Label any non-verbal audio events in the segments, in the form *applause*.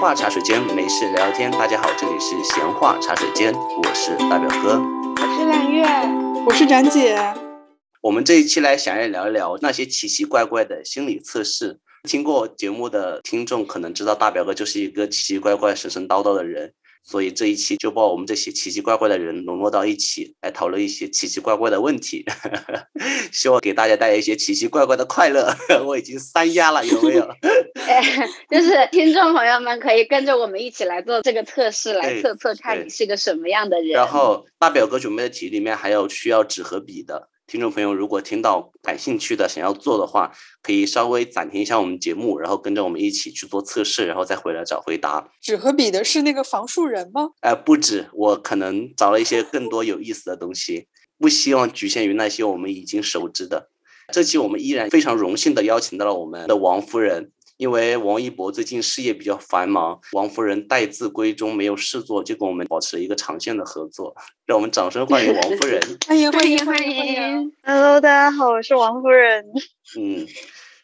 话茶水间，没事聊天。大家好，这里是闲话茶水间，我是大表哥。我是揽 *laughs* 月，我是展姐，我们这一期来想要聊一聊那些奇奇怪怪的心理测试。听过节目的听众可能知道，大表哥就是一个奇奇怪怪、神神叨叨的人，所以这一期就把我们这些奇奇怪怪的人笼络到一起，来讨论一些奇奇怪怪的问题， *laughs* 希望给大家带来一些奇奇怪怪的快乐。 *laughs* 我已经三压了，有没有？哎，就是听众朋友们可以跟着我们一起来做这个测试，来对测测看对你是个什么样的人。然后大表哥准备的题里面还有需要纸和笔的。听众朋友，如果听到感兴趣的，想要做的话，可以稍微暂停一下我们节目，然后跟着我们一起去做测试，然后再回来找回答。纸和笔的是那个房树人吗？呃，不止，我可能找了一些更多有意思的东西，不希望局限于那些我们已经熟知的。这期我们依然非常荣幸的邀请到了我们的王夫人，因为王一博最近事业比较繁忙，王夫人待字闺中，没有事做，就跟我们保持了一个长线的合作。让我们掌声欢迎王夫人。欢迎欢欢迎迎欢欢迎欢迎！迎， Hello，大家好，我是王夫人。嗯，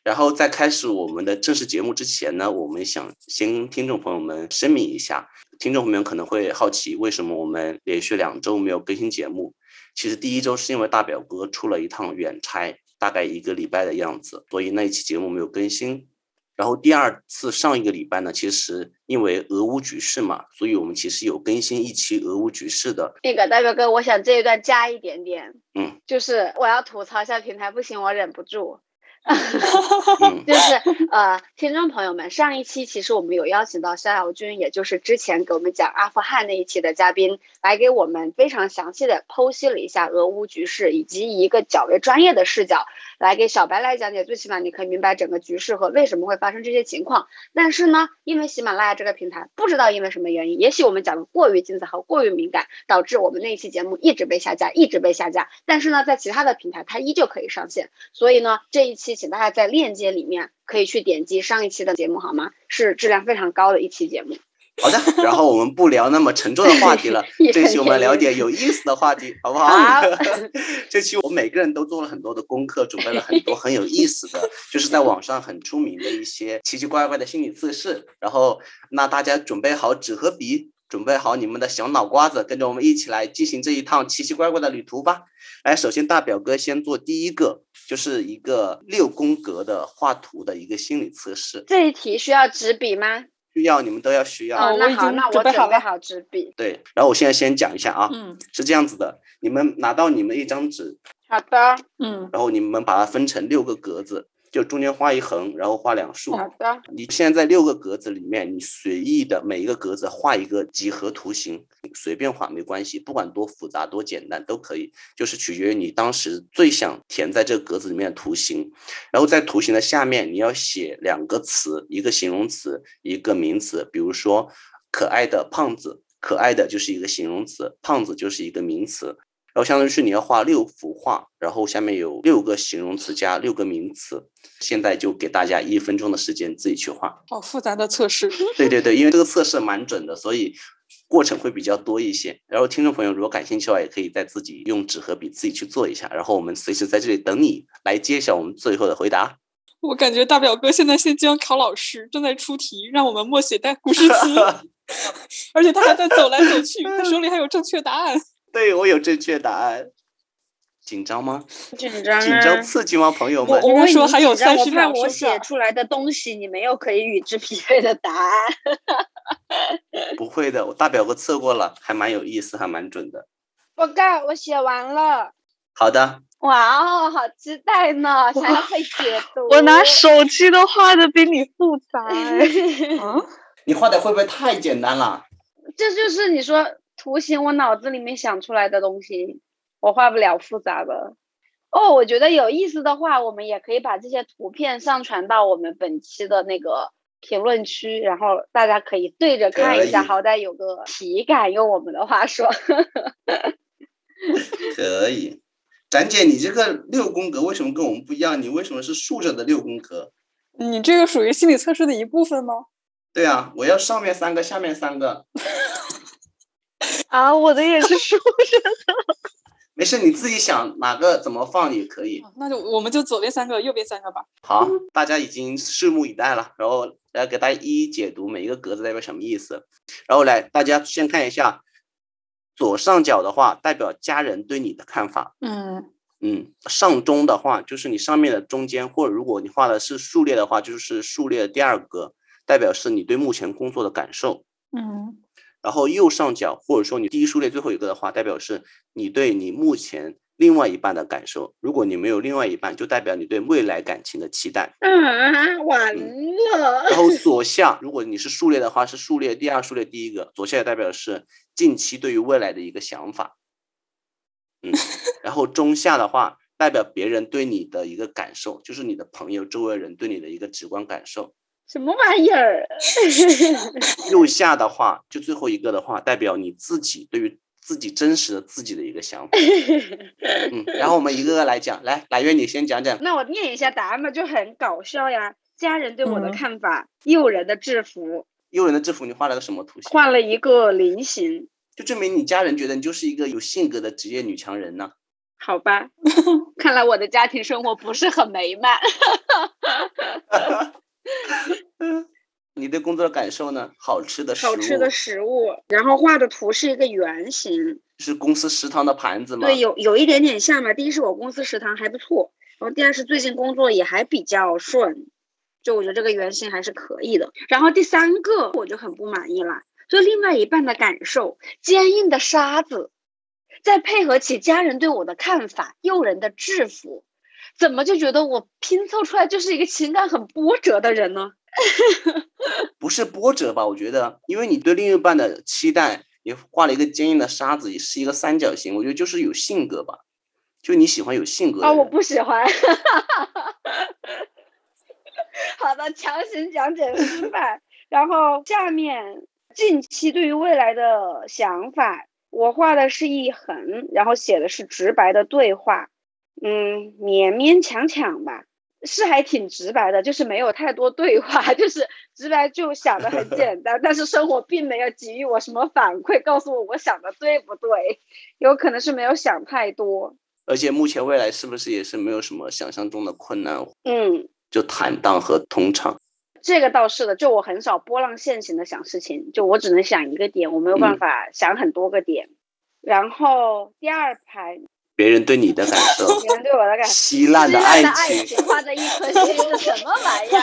然后在开始我们的正式节目之前呢，我们想先跟听众朋友们声明一下，听众朋友们可能会好奇为什么我们连续两周没有更新节目。其实第一周是因为大表哥出了一趟远差，大概一个礼拜的样子，所以那一期节目没有更新。然后第二次上一个礼拜呢，其实因为俄乌局势嘛，所以我们其实有更新一期俄乌局势的，那个大表哥，我想这一段加一点点，嗯，就是我要吐槽一下平台，不行，我忍不住。 *laughs* 嗯就是呃，听众朋友们，上一期其实我们有邀请到逍遥君，也就是之前给我们讲阿富汗那一期的嘉宾，来给我们非常详细的剖析了一下俄乌局势，以及以一个较为专业的视角来给小白来讲解，最起码你可以明白整个局势和为什么会发生这些情况。但是呢，因为喜马拉雅这个平台，不知道因为什么原因，也许我们讲的过于精彩和过于敏感，导致我们那一期节目一直被下架，一直被下架。但是呢，在其他的平台它依旧可以上线。所以呢，这一期请大家在链接里面可以去点击上一期的节目，好吗？是质量非常高的一期节目。，好的，然后我们不聊那么沉重的话题了一这期我们人聊一点有意思的话题，好不好好？ *laughs* 这期我们每个人都做了很多的功课，准备了很多很有意思的，就是在网上很出名的一些奇奇怪怪的心理测试。然后，那大家准备好纸和笔，准备好你们的小脑瓜子，跟着我们一起来进行这一趟奇奇怪怪的旅途吧。来，首先大表哥先做第一个，就是一个六宫格的画图的一个心理测试，这一题需要纸笔吗？需要你们都要需要。哦，啊我那已好，经那我准备好准备了好纸笔。对，然后我现在先讲一下啊，嗯是这样子的，你们拿到你们一张纸，好的，嗯，然后你们把它分成六个格子，就中间画一横，然后画两竖。好的，你现在在六个格子里面，你随意的每一个格子画一个几何图形，随便画没关系，不管多复杂多简单都可以，就是取决于你当时最想填在这个格子里面的图形。然后在图形的下面，你要写两个词，一个形容词，一个名词，比如说可爱的胖子，可爱的就是一个形容词，胖子就是一个名词。然后相当于是你要画六幅画，然后下面有六个形容词加六个名词。现在就给大家一分钟的时间自己去画。好复杂的测试， *laughs* 对对对，因为这个测试蛮准的，所以过程会比较多一些。然后听众朋友如果感兴趣的话，也可以再自己用纸和笔自己去做一下。然后我们随时在这里等你来揭晓我们最后的回答。我感觉大表哥现在现就像考老师，正在出题，让我们默写代古诗 *laughs* 词，而且他还在走来走去，他手里还有正确答案。 *laughs* 对我有正确答案，紧张吗？紧张紧张刺激吗，朋友啊我们？应该说还有紧张30我怕秒我是不是写出来的东西你没有可以与之匹配的答案。不会的，我大表哥测过了，还蛮有意思，还蛮准的。报告，我写完了。好的，哇哦，好期待呢！想要被解读。我拿手机都画的比你复 *laughs* 杂、哎嗯，你画的会不会太简单了？这就是你说图形，我脑子里面想出来的东西，我画不了复杂的。哦，我觉得有意思的话，我们也可以把这些图片上传到我们本期的那个评论区，然后大家可以对着看一下，可以好歹有个体感。用我们的话说，可以，展姐，你这个六宫格为什么跟我们不一样？你为什么是竖着的六宫格？你这个属于心理测试的一部分吗？对啊，我要上面三个，下面三个。 *laughs* 啊！我的也是 *laughs* 竖着，没事，你自己想哪个怎么放也可以。那就我们就左边三个，右边三个吧。好，大家已经拭目以待了。然后来给大家一一解读每一个格子代表什么意思。然后来，大家先看一下左上角的话，代表家人对你的看法。嗯嗯，上中的话就是你上面的中间，或者如果你画的是数列的话，就是数列的第二格，代表是你对目前工作的感受。嗯然后右上角或者说你第一数列最后一个的话，代表是你对你目前另外一半的感受。如果你没有另外一半，就代表你对未来感情的期待。啊，完了，然后左下，如果你是数列的话，是数列第二、数列第一个，左下也代表是近期对于未来的一个想法。嗯，然后中下的话，代表别人对你的一个感受，就是你的朋友、周围人对你的一个直观感受。什么玩意儿？ *laughs* 右下的话，就最后一个的话，代表你自己对于自己真实的自己的一个想法。嗯，然后我们一个个来讲，来，来月你先讲讲。那我念一下答案吧，就很搞笑呀。家人对我的嗯看法，诱人的制服，诱人的制服你画了个什么图形？画了一个菱形，就证明你家人觉得你就是一个有性格的职业女强人呢、好 *laughs* 吧，看来我的家庭生活不是很美 *laughs* 满。你对工作的感受呢？好吃的食物好吃的食物，然后画的图是一个圆形，是公司食堂的盘子吗？对，有有一点点像吧。第一是我公司食堂还不错，然后第二是最近工作也还比较顺，就我觉得这个圆形还是可以的。然后第三个我就很不满意啦，就另外一半的感受，坚硬的沙子，再配合起家人对我的看法，诱人的制服，怎么就觉得我拼凑出来就是一个情感很波折的人呢？不是波折吧？我觉得，因为你对另一半的期待，你画了一个坚硬的沙子，也是一个三角形。我觉得就是有性格吧，就你喜欢有性格的啊，人。我不喜欢。 *laughs* 好的，强行讲解失败。然后下面近期对于未来的想法，我画的是一横，然后写的是直白的对话，嗯，勉勉强强吧，是还挺直白的，就是没有太多对话， *laughs* 就是直白就想的很简单，但是生活并没有给予我什么反馈，告诉我我想的对不对，有可能是没有想太多，而且目前未来是不是也是没有什么想象中的困难？嗯。就坦荡和通畅。这个倒是的，就我很少波浪线型的想事情，就我只能想一个点，我没有嗯办法想很多个点。然后第二排，别人对你的感受 *laughs* ，你们对我的感觉。稀 *laughs* 烂的爱爱情。情画的一颗心是什么玩意儿？ *laughs*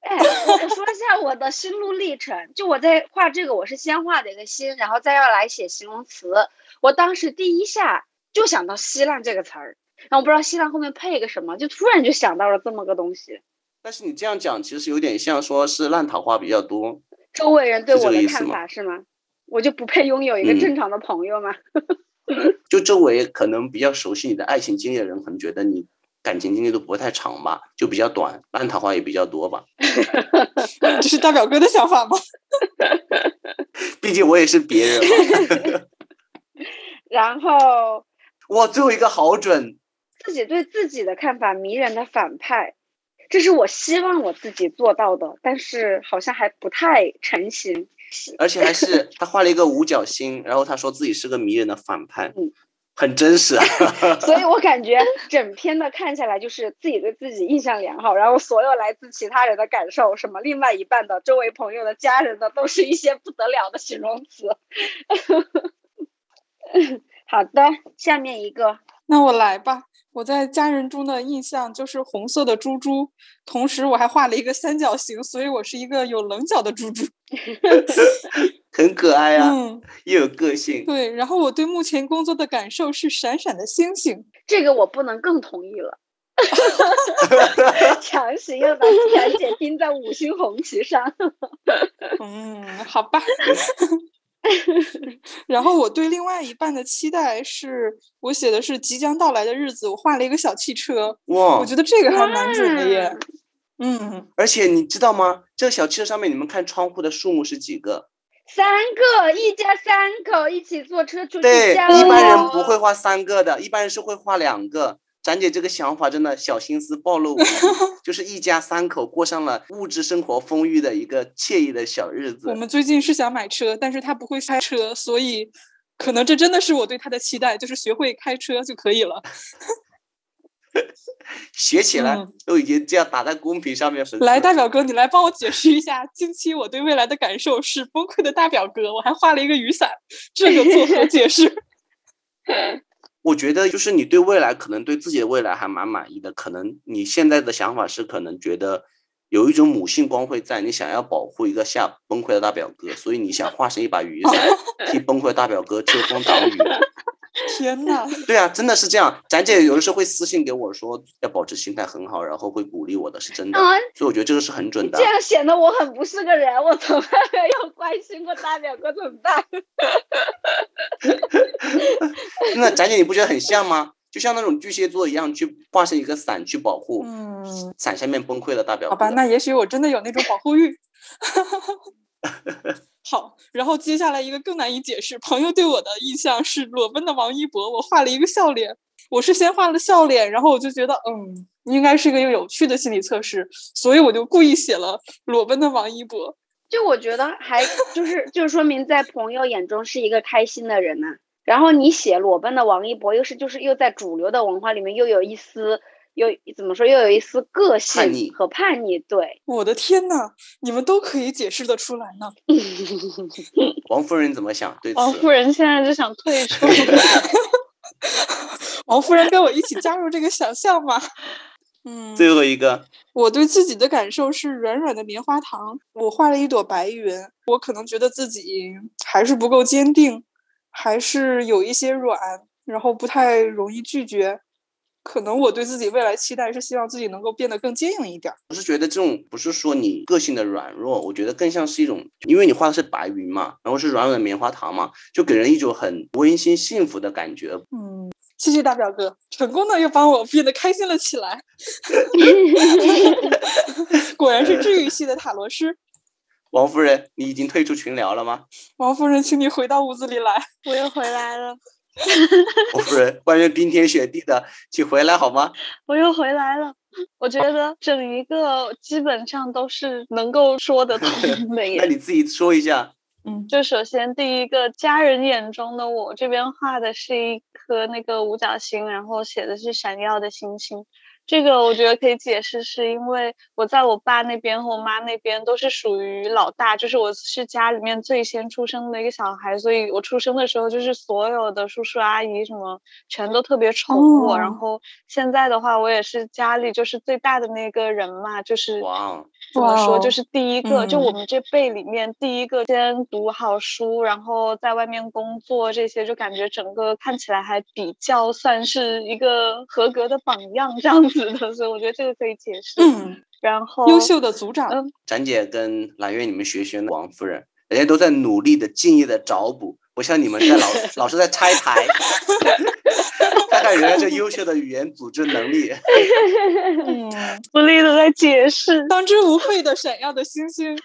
哎，我我说一下我的心路历程。就我在画这个，我是先画的一个心，然后再要来写形容词。我当时第一下就想到“稀烂”这个词儿，然后我不知道“稀烂”后面配个什么，就突然就想到了这么个东西。但是你这样讲，其实有点像说是烂桃花比较多。周围人对是这我个的意思看吗法是吗？我就不配拥有一个嗯正常的朋友吗？ *laughs* 就周围可能比较熟悉你的爱情经历的人，可能觉得你感情经历都不太长吧，就比较短，烂桃花也比较多吧。 *laughs* 这是大表哥的想法吗？毕竟我也是别人嘛。 *laughs* 然后哇，最后一个好准，自己对自己的看法，迷人的反派，这是我希望我自己做到的，但是好像还不太成型。 *laughs* 而且还是 *laughs* 他画了一个五角星，然后他说自己是个迷人的反派嗯，很真实啊。 *laughs* 所以我感觉整篇的看下来，就是自己对自己印象良好，然后所有来自其他人的感受，什么另外一半的、周围朋友的、家人的，都是一些不得了的形容词。 *laughs* 好的，下面一个，那我来吧。我在家人中的印象就是红色的猪猪，同时我还画了一个三角形，所以我是一个有棱角的猪猪。很可爱啊，嗯，又有个性。对。然后我对目前工作的感受是闪闪的星星。这个我不能更同意了， *laughs* 强行要把楠姐钉在五星红旗上。嗯，好吧。 *laughs* 然后我对另外一半的期待是，我写的是即将到来的日子，我画了一个小汽车，哇我！觉得这个还蛮准的耶。嗯，而且你知道吗？这个小汽车上面，你们看窗户的数目是几个？三个一家三口一起坐车出对，去郊游，一般人不会画三个的，一般人是会画两个。展姐这个想法真的小心思暴 *laughs* 露无遗，就是一家三口过上了物质生活丰裕的一个惬意的小日子我。们最近是想买车，但是他不会开车，所以可能这真的是我对他的期待，就是学会开车就可以了。学起来嗯，都已经这样打在公屏上面。粉丝来，大表哥，你来帮我解释一下，近期我对未来的感受是崩溃的大表哥，我还画了一个雨伞，这个作何解释？我觉得就是你对未来可能对自己的未来还蛮满意的，可能你现在的想法是可能觉得有一种母性光辉在，你想要保护一个下崩溃的大表哥，所以你想化身一把雨伞， *laughs* 替崩溃的大表哥遮风挡雨。 *laughs* 嗯天 *laughs* 哪！哦对啊，真的是这样。展姐有的时候会私信给我说要保持心态很好，然后会鼓励我的，是真的。啊，所以我觉得这个是很嗯准的这。样显得我很不是个人，我从来没有关心过大表哥，怎么办？那展姐你不觉得很像吗？就像那种巨蟹座一样，去化身一个伞去保护嗯，伞下面崩溃的大表哥。好吧，那也许我真的有那种保护欲。好，然后接下来一个更难以解释，朋友对我的印象是裸奔的王一博，我画了一个笑脸，我是先画了笑脸，然后我就觉得嗯，应该是一个有趣的心理测试，所以我就故意写了裸奔的王一博。就我觉得 *laughs* 还就是就说明在朋友眼中是一个开心的人呢、啊然后你写裸奔的王一博，又是就是又在主流的文化里面又有一丝又怎么说又有一丝个叛逆性和叛逆，对，我的天呐，你们都可以解释得出来呢！哦王夫人怎么想？对此，王夫人现在就想 *laughs* 退出，王夫人哦跟我一起加入这个想象吧。嗯，最后一个，我对自己的感受是软软的棉花糖，我画了一朵白云，我可能觉得自己还是不够坚定，还是有一些软，然后不太容易拒绝。可能我对自己未来期待是希望自己能够变得更坚硬一点儿。我是觉得这种不是说你个性的软弱，我觉得更像是一种，因为你画的是白云嘛，然后是软软的棉花糖嘛，就给人一种很温馨幸福的感觉。嗯，谢谢大表哥，成功的又帮我变得开心了起来。果然是治愈系的塔罗师。王夫人，你已经退出群聊了吗？王夫人，请你回到屋子里来。我又回来了， *laughs* 王夫人，外面冰天雪地的，请回来好吗？我又回来了。我觉得整一个基本上都是能够说得通的那耶。你自己说一下，嗯，就首先第一个，家人眼中的我这边画的是一颗那个五角星，然后写的是闪耀的星星。这个我觉得可以解释，是因为我在我爸那边和我妈那边都是属于老大，就是我是家里面最先出生的一个小孩，所以我出生的时候就是所有的叔叔阿姨什么全都特别宠我。然哦后现在的话，我也是家里就是最大的那个人嘛，就是哇哦，怎么哇说，哦就是第一个，就我嗯们这辈里面第一个先读好书，然后在外面工作这些，就感觉整个看起来还比较算是一个合格的榜样这样子的，所以我觉得这个可以解释。嗯，然后优 *laughs* 秀的组长。嗯展姐跟蓝月，你们学学王夫人，人家都在努力的、敬业的找补，不像你们在老 *laughs* 老是在拆台， *laughs* 看看人家这优秀的语言组织能力。嗯，不力的在解释。当之无愧的闪耀的星星。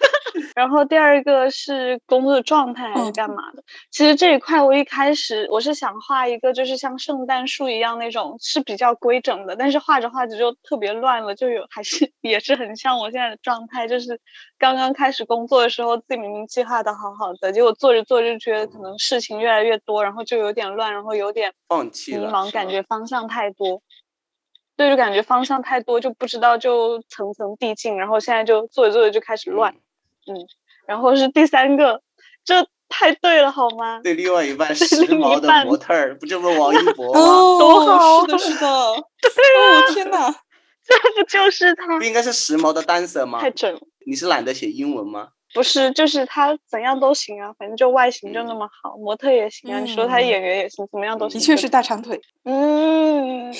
然后第二个是工作状态还是嗯干嘛的？其实这一块我一开始我是想画一个，就是像圣诞树一样那种是比较规整的，但是画着画着就特别乱了，就有还是 *laughs* 也是很像我现在的状态，就是刚刚开始工作的时候，自己明明计划的好好的，结果做着做着就觉得可能事情越来越多，然后就有点乱，然后有点放弃迷了茫，是感吧觉方向太多。对，就感觉方向太多，就不知道就层层递进，然后现在就做着做着就开始乱。嗯然后是第三个，这太对了好吗？ *laughs* 对另外一半时对另一髦的半模特儿，不这么王一 *laughs* 博吗？哦，多好是的， *laughs* 是的。哦，天哪！这不就是他啊不？应该是时髦的 dancer 吗太？准了，你是懒得写英文吗？不是，就是他怎样都行啊，反正就外形就那么好，模特也行啊，你说他嗯演员也行，怎么样都的行。的确对是大长腿。 *laughs* 嗯，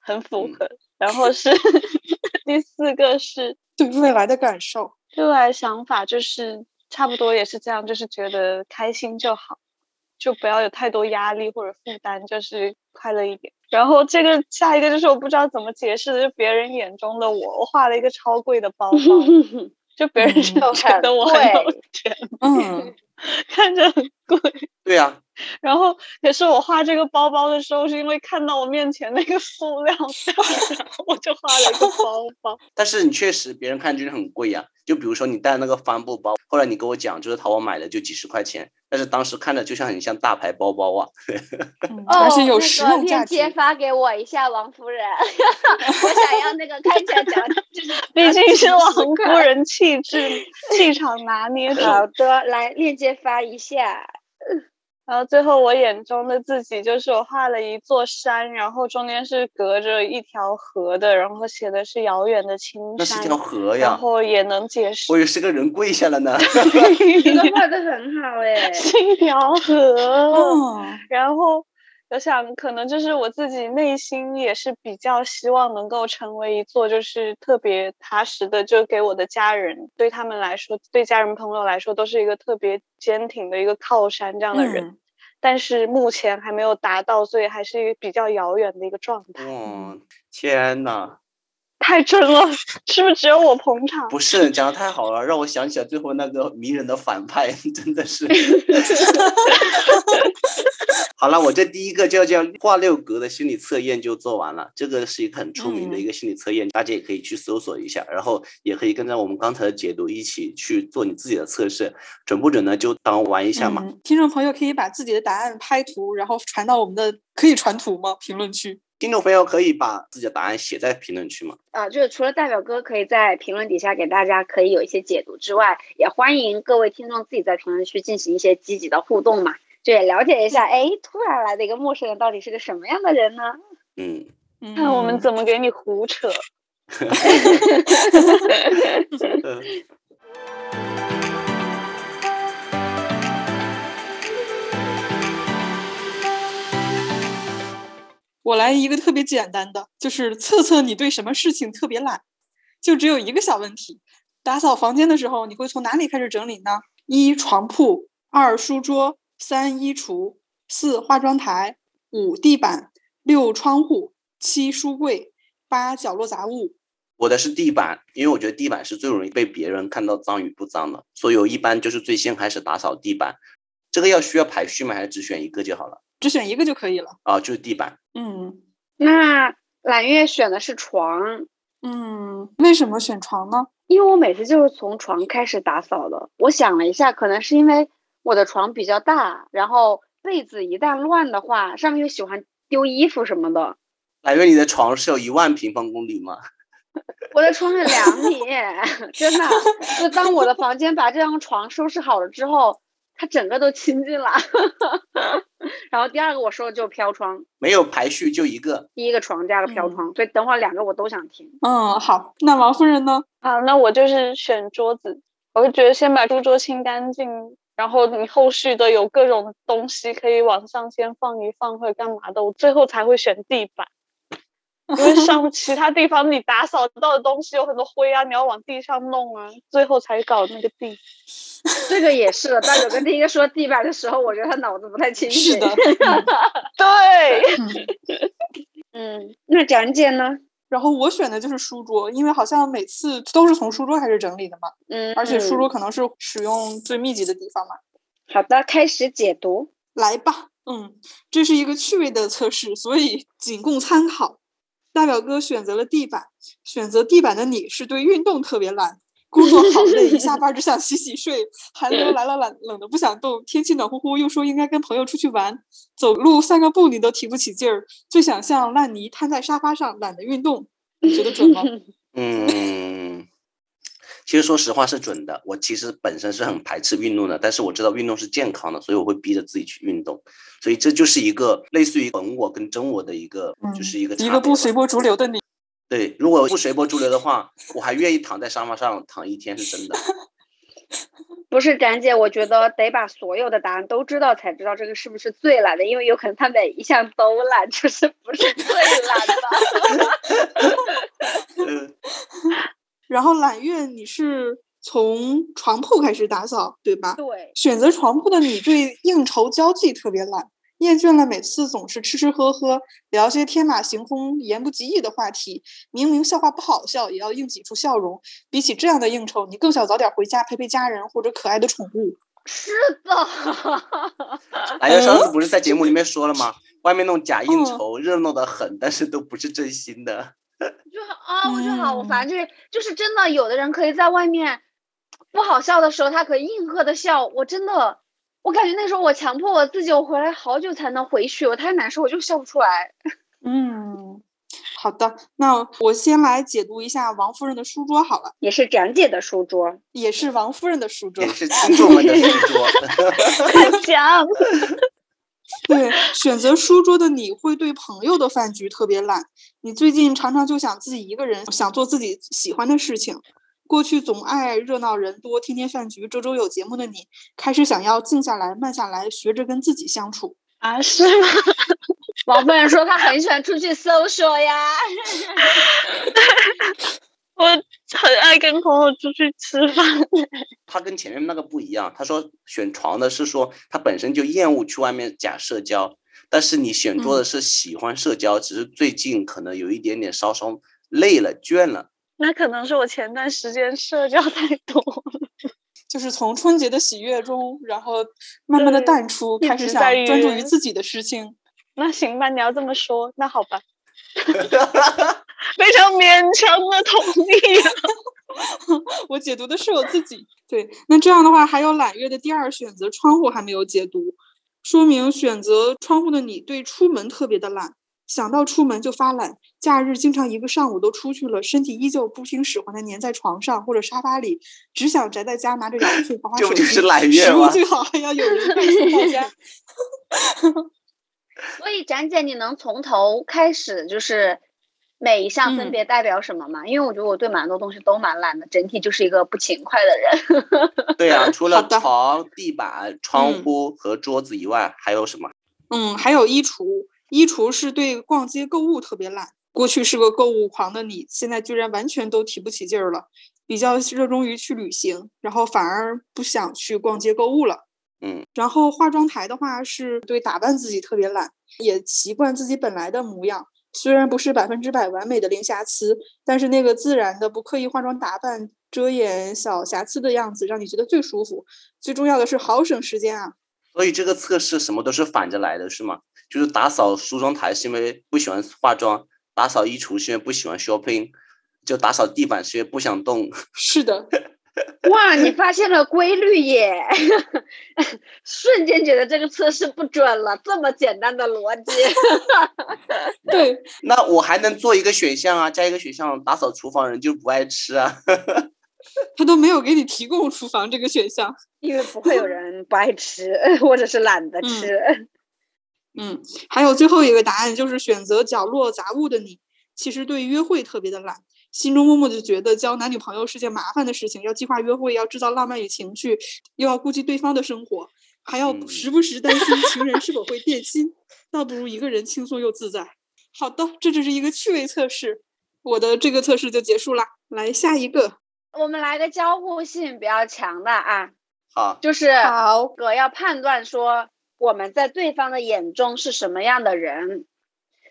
很符嗯合。然后是 *laughs* 第四个是对未来的感受，对我来想法就是差不多也是这样，就是觉得开心就好，就不要有太多压力或者负担，就是快乐一点。然后这个下一个就是我不知道怎么解释的，就别人眼中的我，我画了一个超贵的包包，就别人就嗯觉得我很有钱， *laughs* 嗯，看着很贵。对呀、啊然后也是我画这个包包的时候，是因为看到我面前那个塑料袋，然后我就画了一个包包。但是你确实，别人看就是很贵呀、啊就比如说你带那个帆布包，后来你跟我讲就是淘宝买的，就几十块钱，但是当时看着就像很像大牌包包啊。嗯哦，而且有那实个用价链值。接发给我一下，王夫人， *laughs* 我想要那个看起来讲， *laughs* 就是毕竟是王夫夫。人气质、气场拿捏好的。的，来链接发一下。然后最后我眼中的自己就是我画了一座山，然后中间是隔着一条河的，然后写的是遥远的青那是一山，条河然呀，后也能解释我以为是个人跪下了 *laughs* 呢。这个画的很好 *laughs* 哎、是一条河。嗯，然后我想，可能就是我自己内心也是比较希望能够成为一座就是特别踏实的，就给我的家人，对他们来说，对家人朋友来说，都是一个特别坚挺的一个靠山这样的人。嗯但是目前还没有达到，所以还是一个比较遥远的一个状态。 *laughs* 哇，天哪！太真了，是不是只有我捧场？不是讲的太好了，让我想起来最后那个迷人的反派， *laughs* 真的是。好了，我这第一个叫叫画六格的心理测验就做完了，这个是一个很出名的一个心理测验，大家也可以去搜索一下，然后也可以跟着我们刚才的解读一起去做你自己的测试，准不准呢？就当玩一下嘛。嗯听众朋友可以把自己的答案拍图，然后传到我们的可以传图吗？评论区。听众朋友可以把自己的答案写在评论区嘛。啊，就是除了大表哥可以在评论底下给大家可以有一些解读之外，也欢迎各位听众自己在评论区进行一些积极的互动嘛，这也了解一下，哎，突然来的一个陌生人到底是个什么样的人呢？嗯，嗯看我们怎么给你胡扯。呃我来一个特别简单的，就是测测你对什么事情特别懒，就只有一个小问题：打扫房间的时候，你会从哪里开始整理呢？一床铺，二书桌，三衣橱，四化妆台，五地板，六窗户，七书柜，八角落杂物。我的是地板，因为我觉得地板是最容易被别人看到脏与不脏的，所以我一般就是最先开始打扫地板。这个要需要排序吗？还是只选一个就好了？只选一个就可以了。啊，就是地板。嗯那揽月选的是床，嗯，为什么选床呢？因为我每次就是从床开始打扫的。我想了一下，可能是因为我的床比较大，然后被子一旦乱的话，上面又喜欢丢衣服什么的。来源你的床是有一万平方公里吗？我的床很两 *laughs* 米，真的。就当我的房间把这张床收拾好了之后，它整个都亲近了。 *laughs* 然后第二个我说的就是飘窗，没有排序就一个。第一个床加个飘嗯窗，所以等会儿两个我都想听。嗯，好，那王夫人呢？好，啊那我就是选桌子，我就觉得先把书桌清干净，然后你后续的有各种东西可以往上先放一放或者干嘛的，我最后才会选地板，因为 *laughs* 上其他地方你打扫到的东西有很多灰啊，你要往地上弄啊，最后才搞那个地。这个也是的，大九跟第一个说地板的时候，我觉得他脑子不太清是醒。的，对，嗯嗯嗯，那展姐呢？然后我选的就是书桌，因为好像每次都是从书桌开始整理的嘛，嗯，而且书桌可能是使用最密集的地方嘛。好的，开始解读。来吧，嗯，这是一个趣味的测试，所以仅供参考。大表哥选择了地板，选择地板的你是对运动特别懒，工作好累，一下班只想洗洗睡，寒流来了懒冷的不想动，天气暖乎乎又说应该跟朋友出去玩，走路散个步你都提不起劲儿，最想像烂泥瘫在沙发上，懒得运动，你觉得准吗？嗯，其实说实话是准的。我其实本身是很排斥运动的，但是我知道运动是健康的，所以我会逼着自己去运动。所以这就是一个类似于本我跟真我的一个，就是嗯一个差一个别不吧随波逐流的你，对，如果不随波逐流的话，我还愿意躺在沙发上躺一天，是真 *laughs* 的。不是展姐，我觉得得把所有的答案都知道才知道这个是不是最懒的，因为有可能他每一项都懒，就是不是最懒的。嗯呃然后揽月你是从床铺开始打扫，对吧？ *laughs* 对，选择床铺的你对应酬交际特别懒，厌倦了每次总是吃吃喝喝，聊些天马行空、言不及义的话题。明明笑话不好笑，也要硬挤出笑容。比起这样的应酬，你更想早点回家陪陪家人或者可爱的宠物。 *laughs* 是的，哎呀，上次不是在节目里面说了 *laughs* 吗？外面那种假应嗯酬热闹的很，但是都不是真心 *laughs* 的。就啊，我就好嗯烦，就是就是真的，有的人可以在外面不好笑的时候，他可以硬呵的笑，我真的，我感觉那时候我强迫我自己，我回来好久才能回去，我太难受，我就笑不出来。嗯，好的，那我先来解读一下王夫人的书桌好了，也是展姐的书 *laughs* 桌，也是王夫人的书桌也。是听众们的 *laughs* 书桌，快 *laughs* 讲，对，选择书桌的你会对朋友的饭局特别懒。你最近常常就想自己一个人，想做自己喜欢的事情。过去总爱热闹人多、天天饭局、周周有节目的你，开始想要静下来、慢下来，学着跟自己相处。啊，是吗？王夫人说她很喜欢出去 social 呀， *laughs* 我很爱跟朋友出去吃饭， *laughs* 他跟前面那个不一样。他说选床的是说他本身就厌恶去外面假社交，但是你选嗯桌的是喜欢社交，只是最近可能有一点点稍稍累了、倦了。那可能是我前段时间社交太多了，就是从春节的喜悦中，然后慢慢的对淡出，一开始直想在专注约于自己的事情。那行吧，你要这么说，那好吧， *laughs* 非常勉强的同意啊了。我解读的是我自己。对，那这样的话，还有揽月的第二选择窗户还没有解读，说明选择窗户的你对出门特别的懒，想到出门就发懒，假日经常一个上午都出去了，身体依旧不听使唤的粘在床上或者沙发里，只想宅在家拿着遥控器划划这手不机。 *laughs* 就是揽月食物吗最好还要有人给送到家。所以展姐你能从头开始就是。每一项分嗯别代表什么吗？因为我觉得我对蛮多东西都蛮懒的，整体就是一个不勤快的人。对 *laughs* 啊，除了好的床、地板、窗嗯户和桌子以外，还有什么？嗯，还有衣橱，衣橱是对逛街购物特别懒。过去是个购物狂的你，现在居然完全都提不起劲儿了，比较热衷于去旅行，然后反而不想去逛街购物了。嗯，然后化妆台的话是对打扮自己特别懒，也习惯自己本来的模样，虽然不是百分之百完美的零瑕疵，但是那个自然的不刻意化妆打扮遮掩小瑕疵的样子，让你觉得最舒服。最重要的是好省时间啊，所以这个测试什么都是反着来的，是吗？就是打扫梳妆台是因为不喜欢化妆，打扫衣橱是因为不喜欢 shopping，就打扫地板是因为不想动。 *laughs* 是的，哇， *laughs* 你发现了规律耶！ *laughs* 瞬间觉得这个测试不准了，这么简单的逻辑，对，那我还能做一个选项啊，加一个选项，打扫厨房人就不爱吃啊。 *laughs* 他都没有给你提供厨房这个选项。 *laughs* 因为不会有人不爱吃，或者是懒得吃。嗯，还有最后一个答案就是选择角落杂物的你，其实对约会特别的懒，心中默默的觉得交男女朋友是件麻烦的事情，要计划约会，要制造浪漫与情趣，又要顾及对方的生活，还要嗯时不时担心情人是否会变心，倒不如一个人轻松又自在。好的，这只是一个趣味测试，我的这个测试就结束啦。来下一个，我们来个交互性比较强的啊，好，就是好，我要判断说我们在对方的眼中是什么样的人。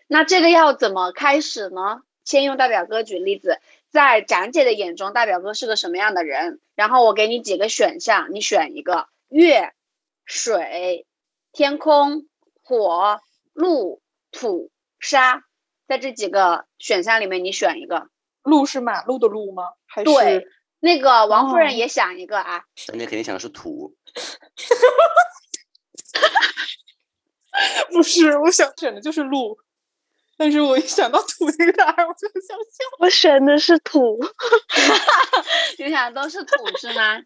那这个要怎么开始呢？先用大表哥举例子，在展姐的眼中，大表哥是个什么样的人？然后我给你几个选项，你选一个：月、水、天空、火、路、土、沙。在这几个选项里面，你选一个。路是马路的路吗？还是对那个王夫哦人也想一个啊， *laughs* 咱家肯定想的是土， *laughs* 不是，我想选的就是路，但是我一想到土这个答案，我就想笑。 *laughs* 我选的是土，你想都是土是吗？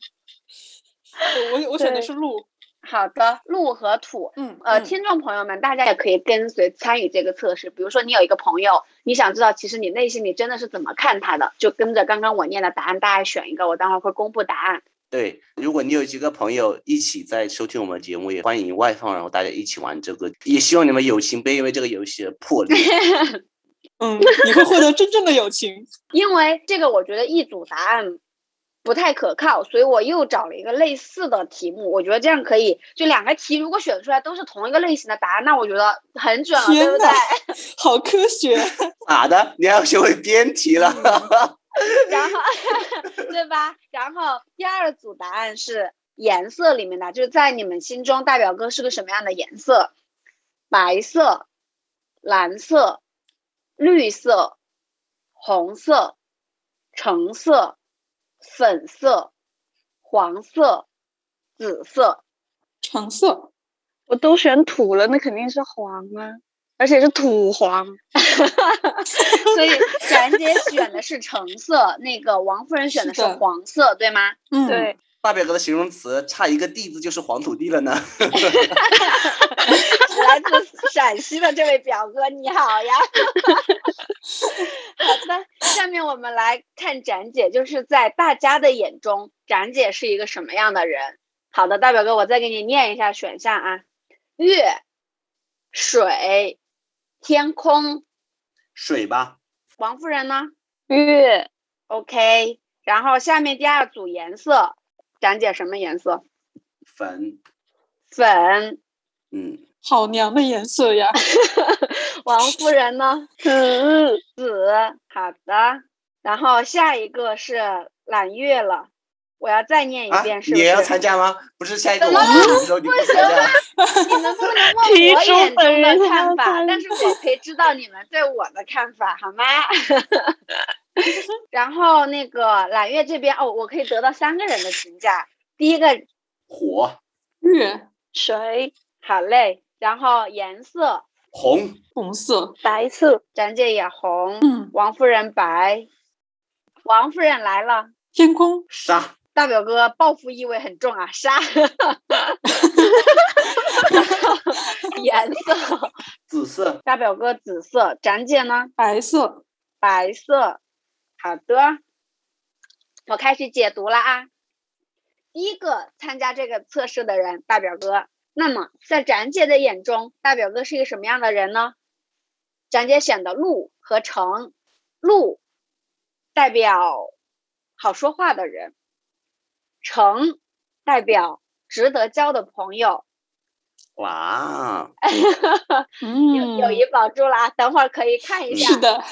我我我选的对是路，好的，路和土。嗯呃，嗯听众朋友们，大家也可以跟随参与这个测试。比如说，你有一个朋友，你想知道其实你内心里真的是怎么看他的，就跟着刚刚我念的答案，大家选一个，我待会儿会公布答案。对，如果你有几个朋友一起在收听我们的节目，也欢迎外放，然后大家一起玩这个。也希望你们友情别因为这个游戏而破裂。嗯，你会获得真正的友情。因为这个，我觉得一组答案不太可靠，所以我又找了一个类似的题目。我觉得这样可以，就两个题如果选出来都是同一个类型的答案，那我觉得很准了，对天不对哪？，好科学！ *laughs* 咋的？你还要学会编题了？ *laughs* *laughs* 然后，对吧？然后第二组答案是颜色里面的，就是在你们心中大表哥是个什么样的颜色？白色、蓝色、绿色、红色、橙色、粉色、黄色、紫色。 *laughs* 橙色，我都选土了，那肯定是黄啊，而且是土黄。所以展姐选的是橙色，那个王夫人选的是是的黄色，对吗？嗯，对，大表哥的形容词差一个“地”字就是黄土地了呢。来自陕西的这位表哥，你好呀！好的，下面我们来看展姐，就是在大家的眼中，展姐是一个什么样的人？好的，大表哥，我再给你念一下选项啊：月、水、天空。水吧，王夫人呢月？OK。然后下面第二组颜色，展姐什么颜色？粉，粉。嗯，好娘的颜色呀！王夫人呢？紫子，好的。然后下一个是揽月了，我要再念一啊，遍，是你不也要是？参加吗？不是下一个怎我么们的时候你不参加，你们不能 *laughs* 提问我出眼本中人的要看法，参但是我可以知道你们对我的看法，好吗？ *laughs* 然后那个揽月这边，哦，我可以得到三个人的评价。第一个，火月水好嘞。然后颜色，红红色，白色咱这也红，嗯，王夫人白。王夫人来了，天空沙，大表哥报复意味很重啊，杀。 *laughs* 颜色，紫色，大表哥紫色，展姐呢白色，白色。好的，我开始解读了啊。第一个参加这个测试的人，大表哥。那么在展姐的眼中，大表哥是一个什么样的人呢？展姐选的鹿和橙，鹿代表好说话的人，橙代表值得交的朋友，哇，嗯，有友谊保住了啊！等会儿可以看一嗯下，是的，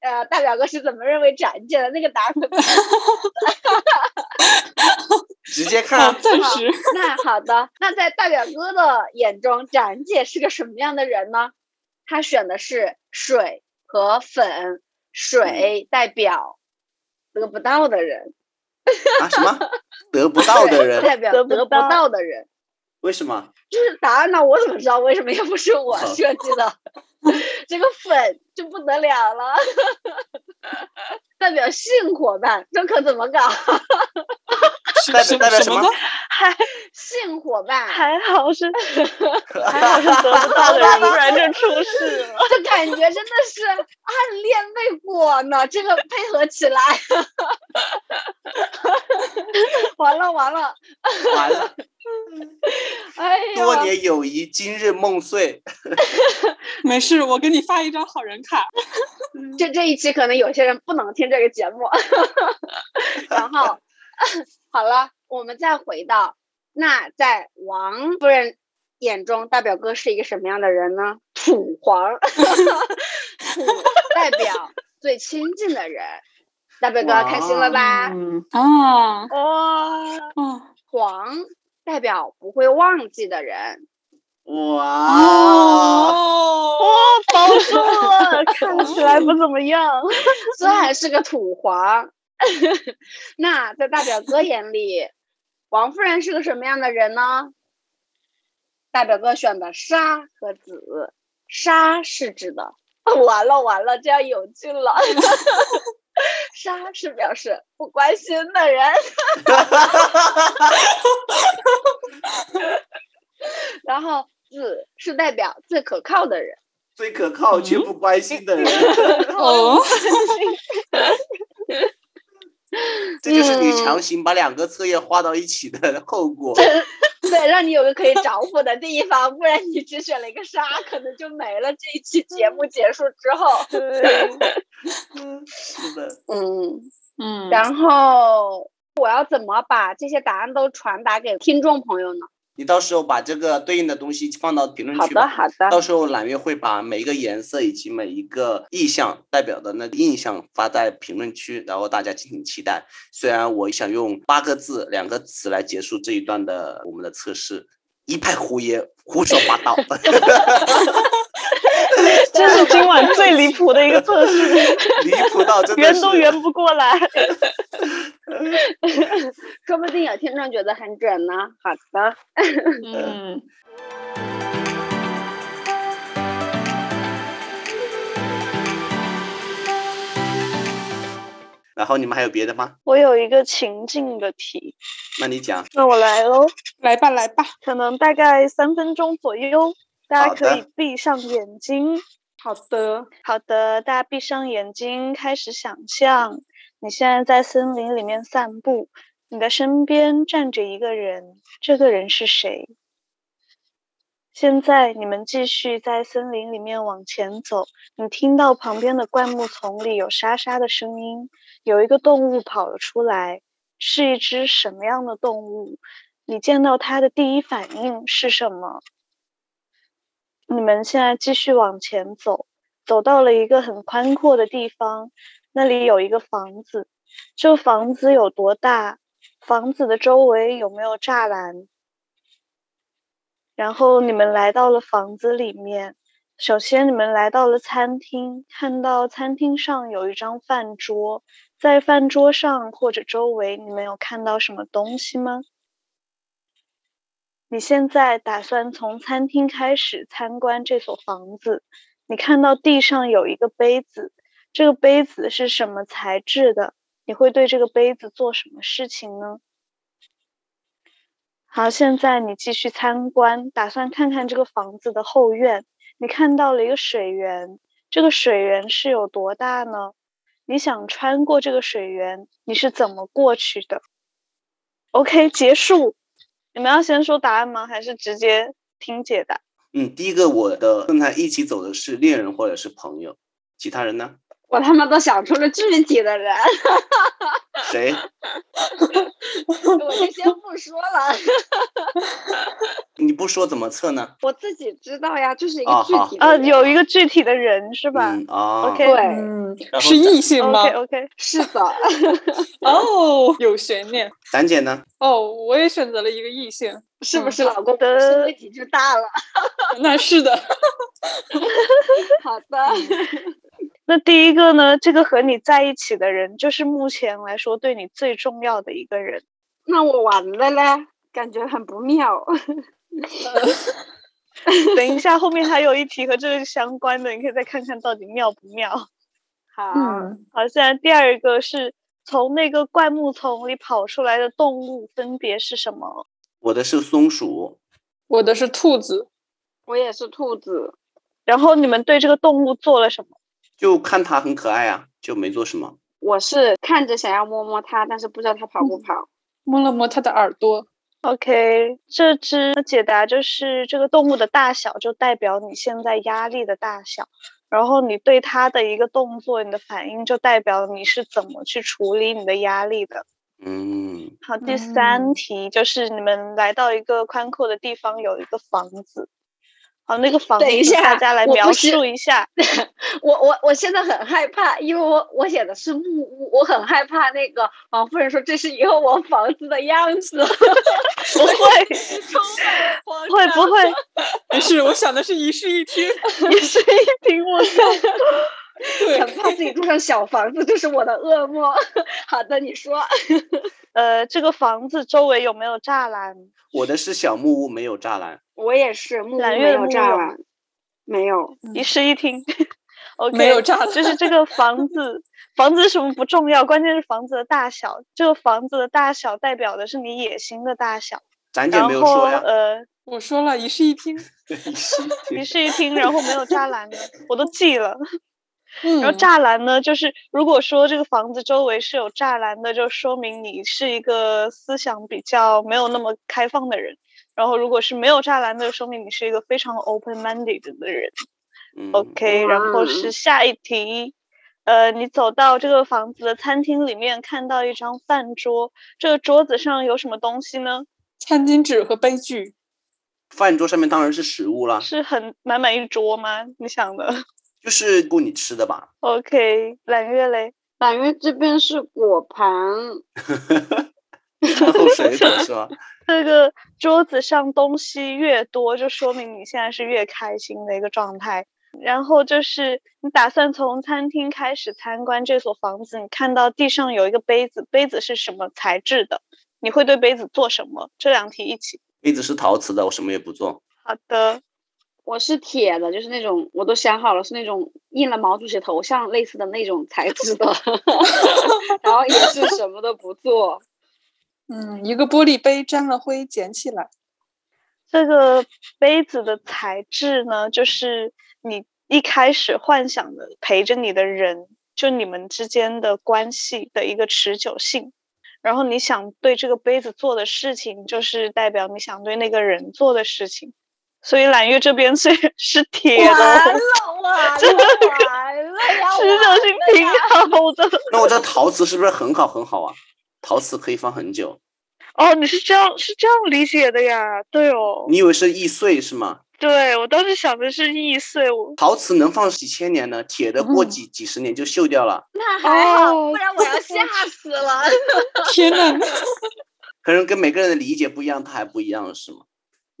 呃，大表哥是怎么认为展姐的那个答案的直接好，看啊暂时 *laughs* 那好的，那在大表哥的眼中，展姐是个什么样的人呢？他选的是水和粉，水代表得不到的人，啊什么得不到的水人， *laughs* 代表得不得不到到的人。为什么？这是答案呢，我怎么知道？为什么又不是我设计的？ *laughs* 这个粉就不得了了， *laughs* 代表性伙伴，这可怎么搞？什代表什代表什什么么呢？性伙伴，还好是还好是得不到的人，不然就出事了。这感觉真的是暗恋未果呢。这个配合起来， *laughs* 完了完了，完了， *laughs* 哎多呀，年友谊，今日梦 *laughs* 碎，没事，我给你发一张好人卡。这这一期可能有些人不能听这个节目。 *laughs* 然后好了，我们再回到那在王夫人眼中，大表哥是一个什么样的人呢？土皇， *laughs* 土代表最亲近的人。大表哥开心了吧？嗯，啊哇，啊，黄代表不会忘记的人，哦哦哇，保住了，看起来不怎么样。虽然是个土黄， *laughs* 那在大表哥眼里，王夫人是个什么样的人呢？大表哥选的沙和紫，沙是指的， *laughs* 完了完了，这样有劲了。 *laughs* 沙是表示不关心的人， *laughs* 然后紫是代表最可靠的人。最可靠却不关心的人，嗯哦，这就是嗯你强行把两个测验画到一起的后果。 *laughs* 对，让你有个可以找补的地方，不然你只选了一个沙，可能就没了。这一期嗯节目结束之后，嗯，是的， *laughs* 嗯，嗯，然后我要怎么把这些答案都传达给听众朋友呢？你到时候把这个对应的东西放到评论好区的，吧。好的， *laughs* 到时候揽月会把每一个颜色以及每一个意象代表的那个印象发在评论区，然后大家敬请期待。虽然我想用八个字、两个词来结束这一段的我们的测试，一派胡言、胡说八道。 *laughs* 这是今晚最离谱的一个测试，离谱到 *laughs* 真的圆都是圆不过来。说不定有听众觉得很准呢。好的，嗯，然后你们还有别的吗？我有一个情境的题，那你讲。那我来喽，来吧，来吧，可能大概三分钟左右，大好家可的以闭上眼睛。好的，好的，大家闭上眼睛，开始想象，你现在在森林里面散步，你的身边站着一个人，这个人是谁？现在你们继续在森林里面往前走，你听到旁边的灌木丛里有沙沙的声音，有一个动物跑了出来，是一只什么样的动物？你见到它的第一反应是什么？你们现在继续往前走，走到了一个很宽阔的地方，那里有一个房子，这个房子有多大？房子的周围有没有栅栏？然后你们来到了房子里面，首先你们来到了餐厅，看到餐厅上有一张饭桌，在饭桌上或者周围，你们有看到什么东西吗？你现在打算从餐厅开始参观这所房子，你看到地上有一个杯子，这个杯子是什么材质的？你会对这个杯子做什么事情呢？好，现在你继续参观，打算看看这个房子的后院。你看到了一个水源，这个水源是有多大呢？你想穿过这个水源，你是怎么过去的？OK，结束。你们要先说答案吗？还是直接听解答？嗯，第一个我的跟他一起走的是恋人或者是朋友，其他人呢？我他妈都想出了具体的人，谁？我就先不说了，你不说怎么测呢？我自己知道呀，就是一啊个具好体的啊，人有一个具体的人是吧？嗯啊 OK 对，嗯，然后是咱异性吗 OK OK，是的，嗯哦，有悬念咱姐呢？哦，我也选择了一个异性，是不嗯是老公的是问题就大了？那是的，好的，嗯那第一个呢？这个和你在一起的人，就是目前来说对你最重要的一个人。那我完了嘞，感觉很不妙。 *laughs* 等一下，后面还有一题和这个相关的，你可以再看看到底妙不妙。好，嗯，好，现在第二个是从那个灌木丛里跑出来的动物分别是什么？我的是松鼠，我的是兔子，我也是兔子，然后你们对这个动物做了什么？就看它很可爱啊，就没做什么。我是看着想要摸摸它，但是不知道它跑不跑。摸了摸它的耳朵， OK，这只解答就是这个动物的大小就代表你现在压力的大小，然后你对它的一个动作，你的反应就代表你是怎么去处理你的压力的。嗯，好，第三嗯题就是你们来到一个宽阔的地方，有一个房子。好，那个房子等一大下家来我不描是述一下。 *laughs* 我我我现在很害怕，因为我我写的是木屋，我很害怕那个王夫人说这是以后我房子的样 *laughs* 子，不会，会不会？ *laughs* 没事，我想的是一室一厅，你是一听我靠，很对，怕自己住上小房子，这是我的噩梦。 *laughs* 好的，你说，呃，这个房子周围有没有栅栏？我的是小木屋，没有栅栏。我也是木屋揽没月的有木栅有栏，没有，嗯一室一厅。OK，没有栅栏就是这个房子，房子是什么不重要，关键是房子的大小。这个房子的大小代表的是你野心的大小。咱姐然没有后说呀。呃， *laughs* 我说了一室一厅，一室一厅，然后没有栅栏的，我都记 *laughs* 了。嗯然后栅栏呢，就是如果说这个房子周围是有栅栏的，就说明你是一个思想比较没有那么开放的人。然后如果是没有栅栏的，说明你是一个非常 open minded 的人。嗯 OK，然后是下一题。呃，你走到这个房子的餐厅里面，看到一张饭桌，这个桌子上有什么东西呢？餐巾纸和杯具，饭桌上面当然是食物啦，是很满满一桌吗？你想的就是顾你吃的 *laughs* 吧。 ？OK，揽月嘞，揽月这边是果盘，餐后水果是吧？这个桌子上东西越多，就说明你现在是越开心的一个状态。然后就是你打算从餐厅开始参观这所房子，你看到地上有一个杯子，杯子是什么材质的？你会对杯子做什么？这两题一起。杯子是陶瓷的，我什么也不做。好的，我是铁的，就是那种我都想好了是那种印了毛主席头像类似的那种材质的， *laughs* 然后也是什么都不 *laughs* 做。嗯，一个玻璃杯沾了灰，捡起来。这个杯子的材质呢，就是你一开始幻想的陪着你的人，就你们之间的关系的一个持久性。然后你想对这个杯子做的事情，就是代表你想对那个人做的事情。所以揽月这边 *laughs* 是是铁的哦，完了完了呀！持久性挺好的。那我这陶瓷是不是很好很好啊？陶瓷可以放很久。哦，你是这样是这样理解的呀？对哦，你以为是易碎是吗？对我当时想的是易碎，我陶瓷能放几千年呢，铁的嗯过几几十年就锈掉了。那还好，哦不然我 *laughs* 要吓死了。天呐，可能跟每个人的理解不一样，它还不一样是吗？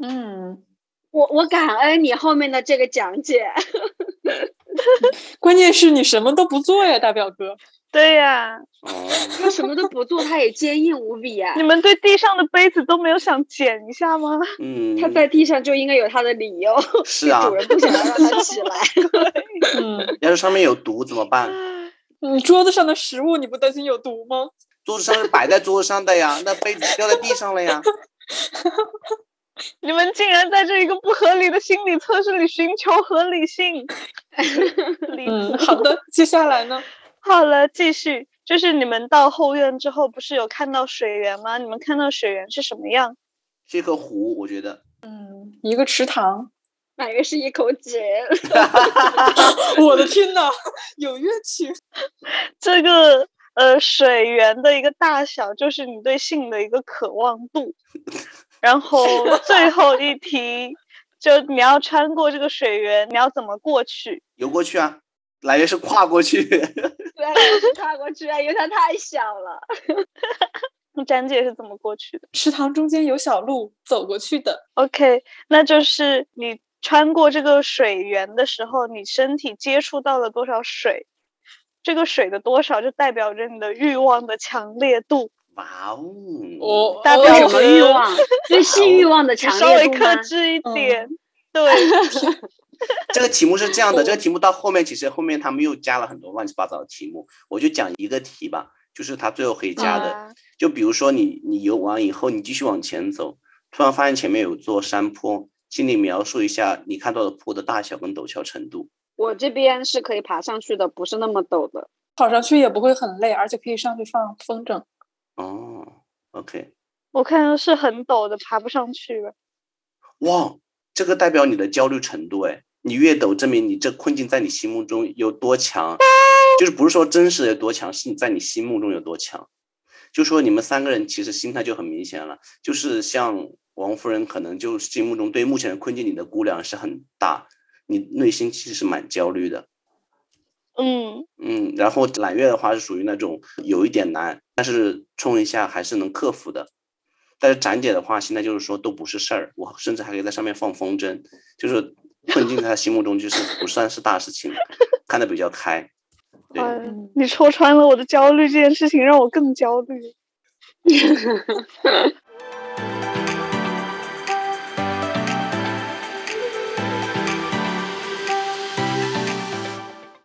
嗯，我我感恩你后面的这个讲解，关键是你什么都不做呀，大表哥。 *laughs* 对呀、 *laughs* 哦，他什么都不做，他也坚硬无比啊你！们对地上的杯子都没有想捡一下吗？ *laughs* 嗯，他在地上就应该有他的理由，是啊主，人不想要让他起来。 *laughs* 嗯，要是上面有毒怎么办？你桌子上的食物你不担心有毒吗？桌子上面摆在桌子上的呀，那杯子掉在地上了呀。你们竟然在这一个不合理的心理测试里寻求合理性。 *laughs* 理嗯，好的， *laughs* 接下来呢？好了，继续。就是你们到后院之后，不是有看到水源吗？你们看到水源是什么样？这个壶，我觉得嗯，一个池塘。 *laughs* 满月是一口井，我的天呐，有乐趣。这个呃水源的一个大小，就是你对性的一个渴望度。然后最后一题，就你要穿过这个水源，你要怎么过去？游过去啊，来源是跨过去。 *laughs* 原来我是跨过去啊，因为它太小了。展姐是怎么过去的？池塘中间有小路走过去的。 OK，那就是你穿过这个水源的时候，你身体接触到了多少水？这个水的多少就代表着你的欲望的强烈度。哇哦，哦，大有表什哥么欲望？这是欲望的你强稍烈微度克吗？制一嗯点， *laughs* 对这个题目是这样的，这个题目到后面其实后面他们又加了很多乱七八糟的题目，我就讲一个题吧，就是他最后可以加的。啊就比如说你你游完以后，你继续往前走，突然发现前面有座山坡，请你描述一下你看到的坡的大小跟陡峭程度。我这边是可以爬上去的，不是那么陡的。 *laughs* 跑上去也不会很累，而且可以上去放风筝。哦，OK，我看是很陡的，爬不上去了。哇，这个代表你的焦虑程度哎，你越陡，证明你这困境在你心目中有多强，就是不是说真实的有多强，是你在你心目中有多强。就说你们三个人其实心态就很明显了，就是像王夫人可能就心目中对目前的困境你的估量是很大，你内心其实是蛮焦虑的。嗯，嗯，然后揽月的话是属于那种有一点难，但是冲一下还是能克服的。但是展姐的话，现在就是说都不是事儿，我甚至还可以在上面放风筝，就是困境在她心目中就是不算是大事情，看得比较开。对，哎嗯你戳穿了我的焦虑，这件事情让我更焦虑。